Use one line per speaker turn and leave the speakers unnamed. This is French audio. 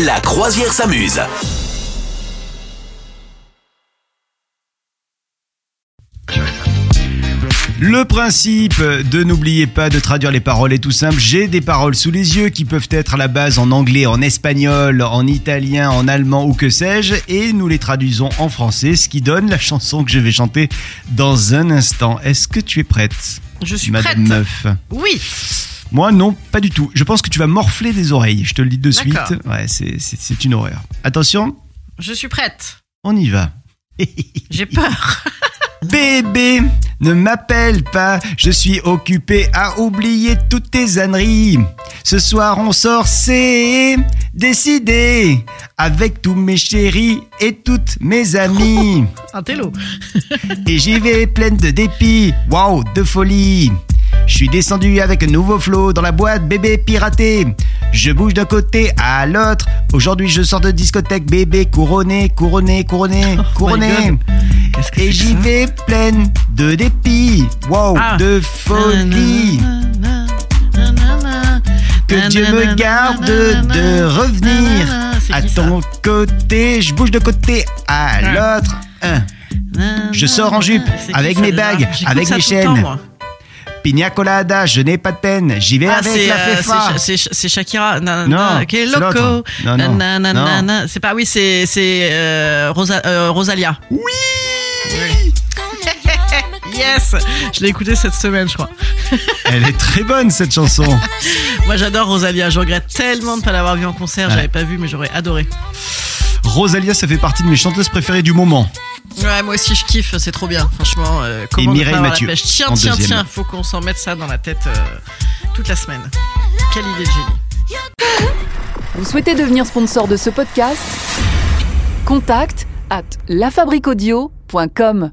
La croisière s'amuse.
Le principe de n'oubliez pas de traduire les paroles est tout simple. J'ai des paroles sous les yeux qui peuvent être à la base en anglais, en espagnol, en italien, en allemand ou que sais-je, et nous les traduisons en français, ce qui donne la chanson que je vais chanter dans un instant. Est-ce que tu es prête
Je suis
Madame
prête.
Meuf.
Oui.
Moi, non, pas du tout. Je pense que tu vas morfler des oreilles. Je te le dis de suite.
D'accord.
Ouais, c'est- c'est c'est une horreur. Attention,
Je suis prête.
on y va.
J'ai peur.
Bébé, ne m'appelle pas, je suis occupé à oublier toutes tes âneries. Ce soir on sort, c'est décidé, avec tous mes chéris et toutes mes amies.
Un télo.
Et j'y vais pleine de dépit, waouh, de folie. Je suis descendu avec un nouveau flot dans la boîte, bébé piraté. Je bouge d'un côté à l'autre. Aujourd'hui, je sors de discothèque, bébé couronné, couronné, couronné, couronné.
Oh God. Qu'est-ce que
Et
c'est
j'y
que ça
vais pleine de dépit, wow,
Ah.
de folie. Que Dieu me garde de revenir à ton côté. Je bouge de côté à
Ah.
l'autre. Un. Je sors en jupe, avec mes bagues, avec mes chaînes. Pina colada, je n'ai pas de peine. J'y vais
Ah,
avec
c'est
la
euh,
FEFA.
c'est- c'est c'est Shakira. Na-
Non,
na- que
c'est
loco.
l'autre. hein. Non, non,
Na- na-
non.
na- na- C'est pas oui, c'est c'est euh, Rosa- euh, Rosalia. Yes, je l'ai écouté cette semaine, je crois.
Elle est très bonne cette chanson.
Moi, j'adore Rosalia. Je regrette tellement de ne pas l'avoir vue en concert. J'avais pas vu, mais j'aurais adoré.
Rosalia, ça fait partie de mes chanteuses préférées du moment.
Ouais, moi aussi je kiffe, c'est trop bien, franchement. euh, comment ne
Mireille
pas avoir
Mathieu,
la pêche Tiens,
en
tiens,
deuxième.
tiens, faut qu'on s'en mette ça dans la tête euh, toute la semaine. Quelle idée de génie.
Vous souhaitez devenir sponsor de ce podcast Contact à lafabriquaudio.com.